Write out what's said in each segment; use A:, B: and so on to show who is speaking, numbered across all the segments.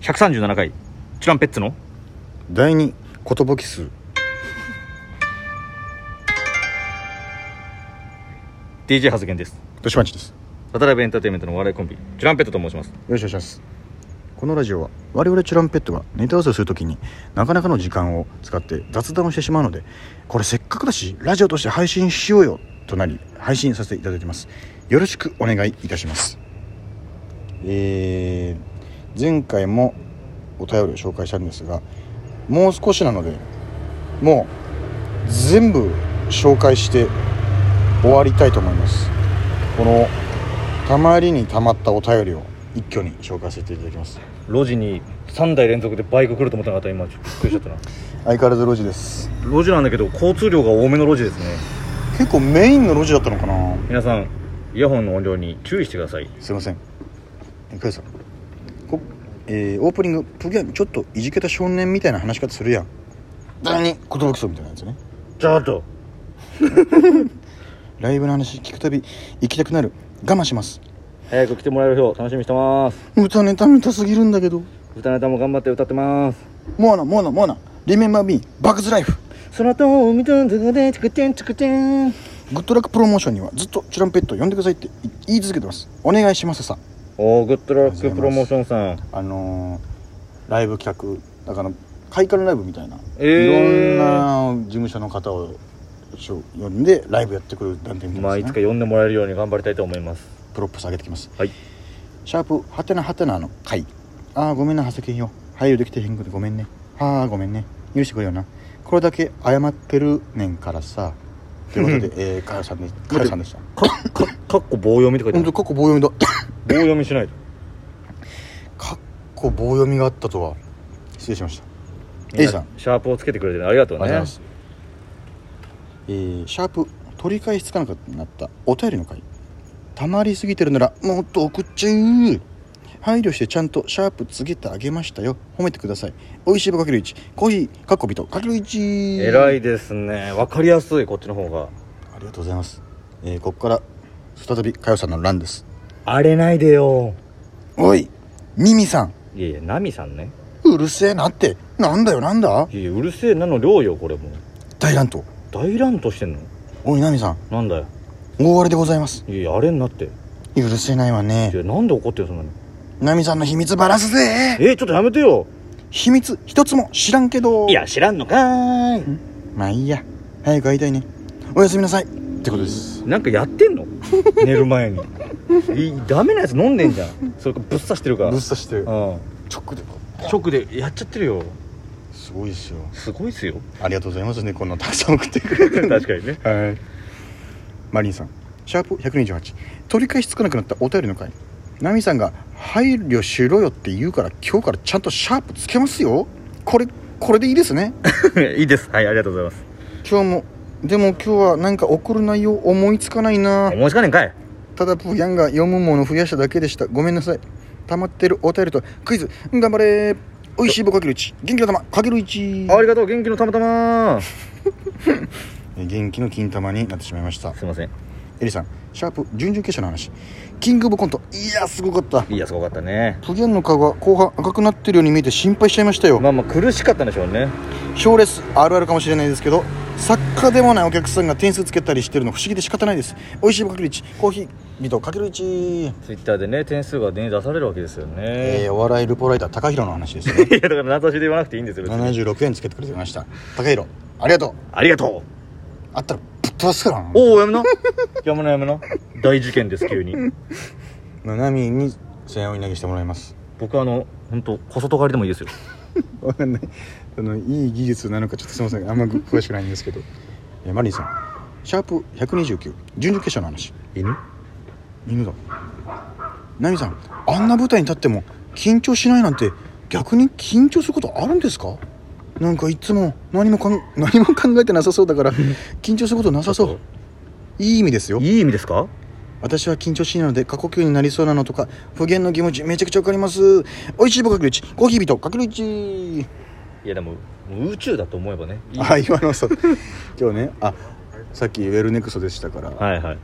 A: 137回チュランペッツの
B: 第二寿数よ
A: DJ 発言です
B: しまちです
A: 渡辺エンターテインメントのお笑いコンビチュランペットと申します
B: よろしくお願いしますこのラジオは我々チュランペットがネタ合わせをするときになかなかの時間を使って雑談をしてしまうのでこれせっかくだしラジオとして配信しようよとなり配信させていただいてますよろしくお願いいたしますえー、前回もお便りを紹介したんですがもう少しなのでもう全部紹介して終わりたいと思いますこのたまりにたまったお便りを一挙に紹介させていただきます
A: 路地に3台連続でバイク来ると思った方今ちょっとびっくりしちゃった
B: 相変わらず路地です
A: な路地なんだけど交通量が多めの路地ですね
B: 結構メインの路地だったのかな
A: 皆さんイヤホンの音量に注意してください
B: すいませんえクエさんこ、えーオープニングプギャンちょっといじけた少年みたいな話し方するやん第二言葉くそみたいなやつね
A: ちょっと
B: ライブの話聞くたび行きたくなる我慢します
A: 早く来てもらえる日を楽しみにしてます
B: 歌ネタ見たすぎるんだけど
A: 歌ネタも頑張って歌ってます
B: モアナモアナモアナリメンバービーバックズライフ
A: 空と海とどこでチクチンチクチン
B: グッドラックプロモーションにはずっとチュランペット呼んでくださいってい言い続けてますお願いしますさ
A: おーグッドラックプロモーションさん
B: あのーライブ企画だから開館ライブみたいな、
A: えー
B: いろんな事務所の方をしょ呼んでライブやってくるなんてみたいです、ね
A: まあいつか呼んでもらえるように頑張りたいと思います
B: プロップス上げてきます
A: はい
B: シャープはてなはてなの回ああごめんな長谷健よ配慮できてへんくてごめんねああごめんね許してくれよなこれだけ謝ってるねんからさということ で、えー、カラさんでカラさんでし
A: か
B: た
A: か かっこ棒読みって書いてあ
B: 本
A: る
B: 当過去棒読みだ
A: 棒読みしないと
B: かっこ棒読みがあったとは失礼しましたエイジさん
A: シャープをつけてくれてねありがとう
B: ありがとうござい
A: ね
B: ます、えーシャープ取り返しつかなくなったお便りの回たまりすぎてるならもっと送っちゃう配慮してちゃんとシャープ告げてあげましたよ褒めてください美味しい棒かける1コーヒーかっこびとかける1
A: 偉い
B: あ
A: ですねわかりやすいこっちの方が
B: りがとうございます、えーここから再びかよさんの欄です
A: 荒れないでよ
B: おいミミさん
A: いやいやナミさんね
B: うるせえなってなんだよなんだ
A: いやいやうるせえなの量よこれもう
B: 大乱闘
A: 大乱闘してんの
B: おいナミさん
A: なんだよ
B: 大荒れでございます
A: いやいやあれになって
B: うるせえないわ
A: い
B: ね
A: やなんで怒ってるそんなに
B: ナミさんの秘密ばらすぜ
A: えーちょっとやめてよ
B: 秘密一つも知らんけど
A: いや知らんのかーい
B: まあいいや早く会いたいねおやすみなさいってことです
A: なんかやってんの 寝る前にいダメなやつ飲んでんじゃんそれかぶっ刺してるから
B: ぶっ刺してる
A: うん
B: 直で
A: 直でやっちゃってるよ
B: すごいですよ
A: すごいっす よ
B: ありがとうございますねこんなたくさん送ってくれて
A: 確か にね
B: はいマリンさんシャープ128取り返しつかなくなったお便りの回ナミさんが「配慮しろよ」って言うから今日からちゃんとシャープつけますよこれこれでいいで すね
A: いいですはいありがとうございます
B: 今日もでも今日はなんか送る内容思いつかないな
A: もしかねんかい
B: ただプヤンが読むもの増やしただけでしたごめんなさい溜まってるお便りとクイズ頑張れおいしい棒かける1元気の玉かける
A: あ
B: 1
A: りがとう元気のたまたま
B: 元気の金玉になってしまいました
A: すいません
B: エリさんシャープ準々決勝の話キングオブコントいやすごかった
A: いやすごかったね
B: プギャンの顔が後半赤くなってるように見えて心配しちゃいましたよ
A: まあまあ苦しかったんでしょうね
B: 賞レースあるあるかもしれないですけど作家でもないお客さんが点数つけたりしてるの不思議で仕方ないですおいしい棒かける1コーヒービトかける1
A: ツイッターでね点数が、ね、出されるわけですよ
B: え
A: ね、
B: ー、お笑いルポライター高弘の話ですね
A: いやだから名指しで言わなくていいんですよ別に
B: 76円つけてくれてました高弘ありがとう
A: ありがと
B: あったらぶっ飛ばすから
A: うおおやめなやめなやめな大事件です急に
B: ななみに1000円を投げしてもらいます
A: 僕あの本当小外刈りでもいいですよ
B: わかんないそのいい技術なのかちょっとすいませんあんまぐ詳し くないんですけどえマリンさんシャープ129準々決勝の話
A: 犬
B: 犬だナミさんあんな舞台に立っても緊張しないなんて逆に緊張することあるんですかなんかいつも何もかん何も考えてなさそうだから緊張することなさそういい意味ですよ
A: いい意味ですか
B: 私は緊張しいなので過呼吸になりそうなのとか不言の気持ちめちゃくちゃわかりますおいしい棒かける1コーヒービトかける1
A: いやでももう宇宙だと思えばねいい
B: あ今のそう今日ねあさっきウェルネクストでしたから、
A: はいはい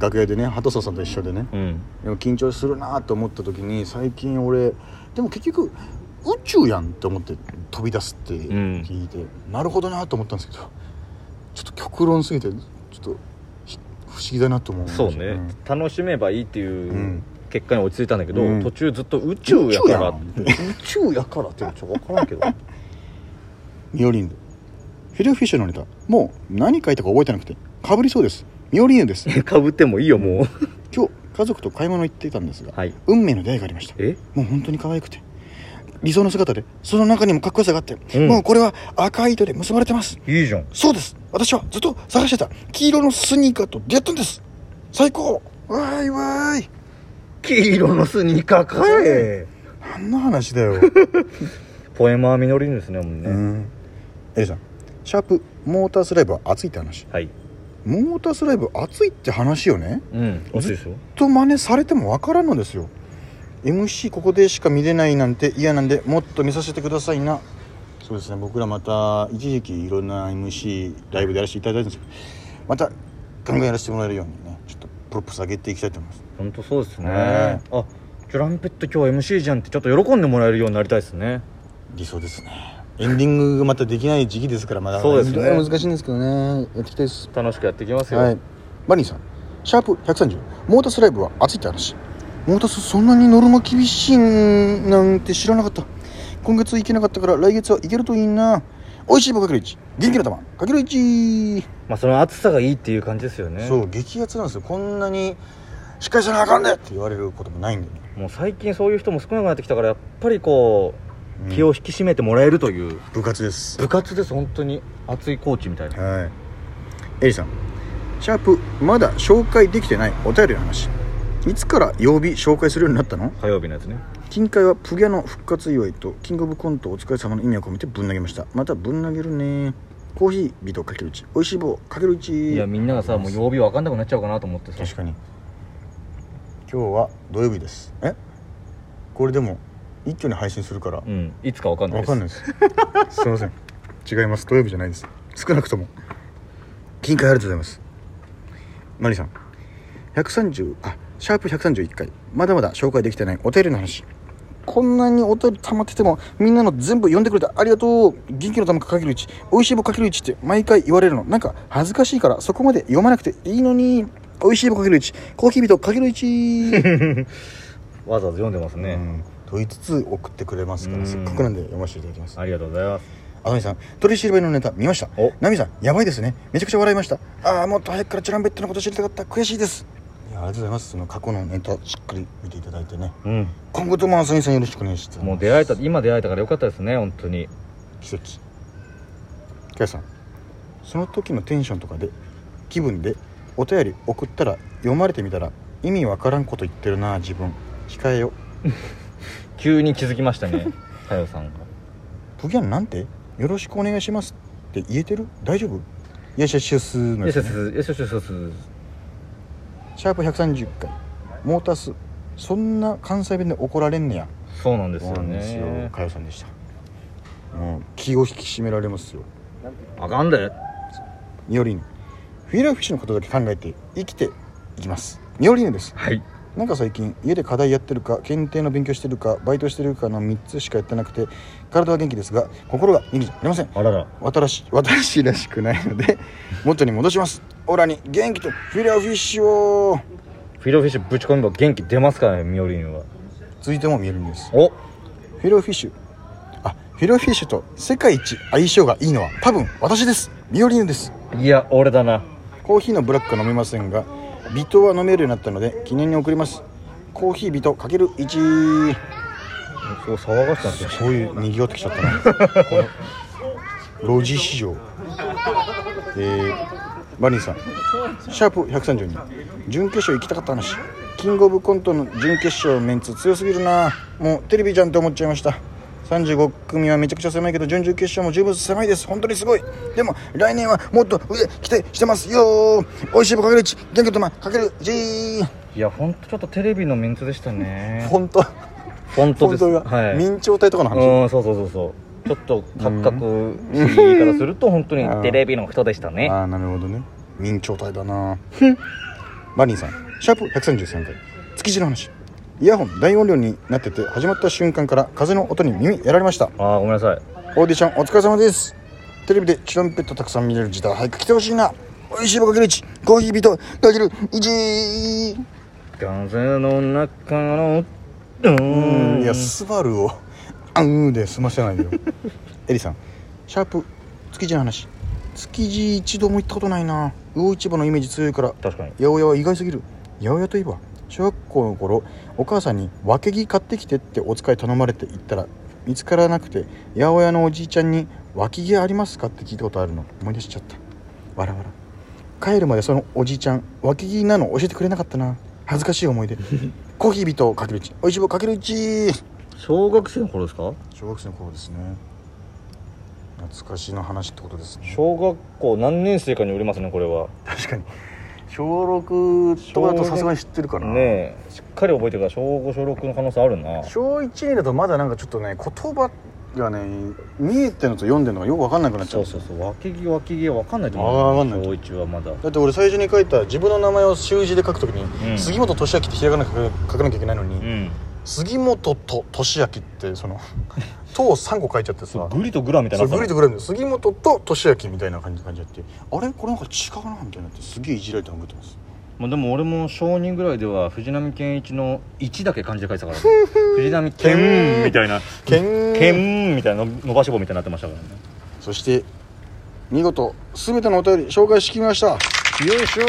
B: 楽屋でね鳩沢さんと一緒でね
A: うん
B: でも緊張するなと思った時に最近俺でも結局宇宙やんって思って飛び出すって
A: ん
B: 聞いて、なるほどなと思ったんですけどちょっと極論すぎてちょっとひ不思議だなと思いました
A: そうね、楽しめばいいっていう、
B: うん
A: 結果に落ち着いたんだけど、
B: うん
A: 途中ずっと宇宙やから
B: 宇
A: 宇宙やからってちょっと分からんけど
B: ミオリーヌフィル・フィッシュのネタもう何書いたか覚えてなくてかぶりそうですミオリーヌ です
A: かぶってもいいよも
B: 今日家族と買い物行ってたんですが、
A: うはい
B: 運命の出会いがありました
A: え
B: もう本当に可愛くて理想の姿でその中にもかっこよさがあって、
A: うん
B: もうこれは赤い糸で結ばれてます
A: いいじゃん
B: そうです私はずっと探してた黄色のスニーカーと出会ったんです最高わーいわーい
A: 黄色のスニーカーかえ
B: 何の話だよ、
A: ポエマーミノリンですねもん
B: う
A: ね、
B: んエリさんシャープモータースライブは熱いって話
A: はい
B: モータースライブ熱いって話よね
A: うん熱いでしょ
B: ずっと真似されてもわからんのですよ MC ここでしか見れないなんて嫌なんでもっと見させてくださいなそうですね僕らまた一時期いろんな MC ライブでやらせていただいたんですけどまたガンガンやらせてもらえるようにねちょっとプロップス上げていきたいと思います
A: 本当そうですね
B: ね
A: あトランペット今日 MC じゃんってちょっと喜んでもらえるようになりたいですね
B: 理想ですねエンディングがまたできない時期ですからまだ
A: そうですね
B: いろいろ難しいんですけどねやっていきたいです
A: 楽しくやっていきますよ、
B: はいバニーさんシャープ130モータスライブは熱いって話モータスそんなにノルマ厳しいんなんて知らなかった今月行けなかったから来月は行けるといいな美味しい棒かける1元気の玉かける1、
A: まあその暑さがいいっていう感じですよね
B: そう激アツなんですよこんなにしっかりしなあかんねって言われることもないんで、ね
A: もう最近そういう人も少なくなってきたからやっぱりこ
B: う
A: う
B: ん
A: 気を引き締めてもらえるという
B: 部活です
A: 部活です本当に熱いコーチみたいな
B: はい。エリさん、シャープ、まだ紹介できてないお便りの話。いつから曜日紹介するようになったの
A: 火曜日のやつね
B: 近海はプギャの復活祝いとキングオブコントお疲れ様の意味を込めてぶん投げました。またぶん投げるね。コーヒー、ビトかけるうち。美味しい棒かけるうち。
A: いやみんながさもう曜日わかんなくなっちゃうかなと思ってさ
B: 確かに。今日は土曜日です。えこれでも、一挙に配信するから、
A: うんいつかわかんないで
B: わ
A: す
B: かんないです。すいません。違います。土曜日じゃないです。少なくとも。金塊ありがとうございます。マリさん。130、あ、シャープ131回。まだまだ紹介できてないお便りの話。こんなにお便り溜まってても、みんなの全部読んでくれてありがとう。元気の玉かける1、美味しい棒かける1って毎回言われるの。なんか恥ずかしいから、そこまで読まなくていいのに。美味しい棒かける1、コーヒービトかける1。
A: わざわざ読んでますね、
B: うん問いつつ送ってくれますか
A: う
B: ら、
A: ん
B: せっかくなんで読ませていただきます。
A: ありがとうございます
B: あさみさん、取り調べのネタ見ました。
A: お
B: ナミさん、やばいですね。めちゃくちゃ笑いました。ああ、もっと早くからチュランペットのこと知りたかった。悔しいです。いや、ありがとうございます。その過去のネタ、しっかり見ていただいてね。
A: うん
B: 今後ともあさみさんよろしくお願いします。
A: もう出会えた今出会えたからよかったですね本当に
B: 奇跡。キャさん、その時のテンションとかで、気分で、お便り送ったら、読まれてみたら、意味わからんこと言ってるな、自分。控えよ。
A: 急に気づきました ね太陽さんが
B: プギャンなんてよろしくお願いしますって言えてる大丈夫いやしゃしゅすーの
A: よ
B: や
A: しよ
B: つ
A: し
B: ね
A: よしよしよしよしよし
B: シャープ130回モータスそんな関西弁で怒られんねや
A: そうなんです
B: そう
A: よ
B: なんですよ
A: ね
B: かよさんでしたもう気を引き締められますよ
A: あかんで
B: ミオリーヌフィラフィッシュのことだけ考えて生きていきますミオリーヌです
A: はい
B: なんか最近家で課題やってるか検定の勉強してるかバイトしてるかの3つしかやってなくて体は元気ですが心が元気じゃありません
A: あらら
B: 私私らしくないの で元に戻しますオラに元気とフィラフィッシュを
A: フィロフィッシュぶち込めば元気出ますからねミオリンは
B: 続いても見えるんです
A: お
B: フィラフィッシュあフィラフィッシュと世界一相性がいいのは多分私ですミオリーヌです
A: いや俺だな
B: コーヒーのブラックは飲めませんが微糖は飲めるようになったので記念に送りますコーヒー微糖かける1
A: そう騒がしたんですよ
B: そういうにぎわってきちゃったなこの路地市場えー、バニーさんシャープ132準決勝行きたかった話キングオブコントの準決勝メンツ強すぎるなもうテレビじゃんって思っちゃいました35組はめちゃくちゃ狭いけど準々決勝も十分狭いです本当にすごいでも来年はもっと上期待してますよー美味しい棒かける1元気とまかける1
A: いやほんとちょっとテレビのメンツでしたね
B: 本当
A: 本当です
B: 本当が、
A: はい
B: 明朝体とかの話
A: うんそうそうそうそうちょっとカクカクしい言い方すると本当にテレビの人でしたね
B: ああなるほどね明朝体だなバニーさんシャープ133回築地の話イヤホン大音量になってて始まった瞬間から風の音に耳やられました
A: ああごめんなさい
B: オーディションお疲れ様ですテレビでチュランペットたくさん見れる時代早く来てほしいなおいしい棒かける1コーヒービートかける1
A: 風の中のう
B: うん
A: ーん
B: いやスバルをあんで済ませ ないでよエリさんシャープ築地の話築地一度も行ったことないな魚市場のイメージ強いから
A: 確かに
B: 八百屋は意外すぎる八百屋といえば小学校の頃お母さんに「分け木買ってきて」ってお使い頼まれて行ったら見つからなくて八百屋のおじいちゃんに「脇毛ありますか?」って聞いたことあるの思い出しちゃったわらわら帰るまでそのおじいちゃん脇毛なの教えてくれなかったな恥ずかしい 思い出コーヒー人かけるうちおいしい棒かけるうち
A: 小学生の頃ですか
B: 小学生の頃ですね懐かしの話ってことですね
A: 小学校何年生かによりますねこれは
B: 確かに小6とかだとさすがに知ってるかな
A: ねえしっかり覚えてるから小5小6の可能性あるな
B: 小1にだとまだなんかちょっとね言葉がね見えてるのと読んでるのがよく分かんなくなっちゃ
A: そううそうそう脇毛脇毛分かんないと
B: あー
A: 思う
B: 分かんない
A: 小一はまだ
B: だって俺最初に書いた自分の名前を習字で書くときに、
A: うん
B: 杉本俊明ってひらがな書か書かなきゃいけないのに、
A: うん
B: 杉本と俊明ってその 「と」を3個書いちゃって
A: そ
B: さ
A: うグリとグラみたい
B: そ
A: な
B: うグリとグラムで杉本と俊明みたいな感じ感じやってあれこれなんか違うなみたいになってすげえいじられて覚えてます
A: まあ、でも俺も小2ぐらいでは藤波健一の「一」だけ漢字で書いてたから、 ね、藤波健みたいな
B: けん
A: 健みたいな伸ばし棒みたいになってましたからね
B: そして見事全てのお便り紹介しきりました
A: よいしょー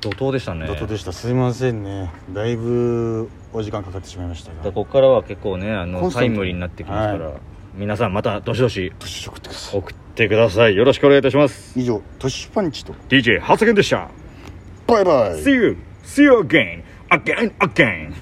A: 怒涛でしたね
B: ドトでしたすいませんねだいぶお時間かかってしまいました
A: だから
B: が
A: ここからは結構ねあ
B: コ
A: の
B: ンスタン
A: タ
B: ト
A: イ
B: に
A: ムリーになってきますから、皆さんまたどしどし
B: 年食ってください
A: 送ってくださいよろしくお願いいたします
B: 以上トシパンチと
A: DJ 発言でした
B: バイバイ
A: See you see you again again again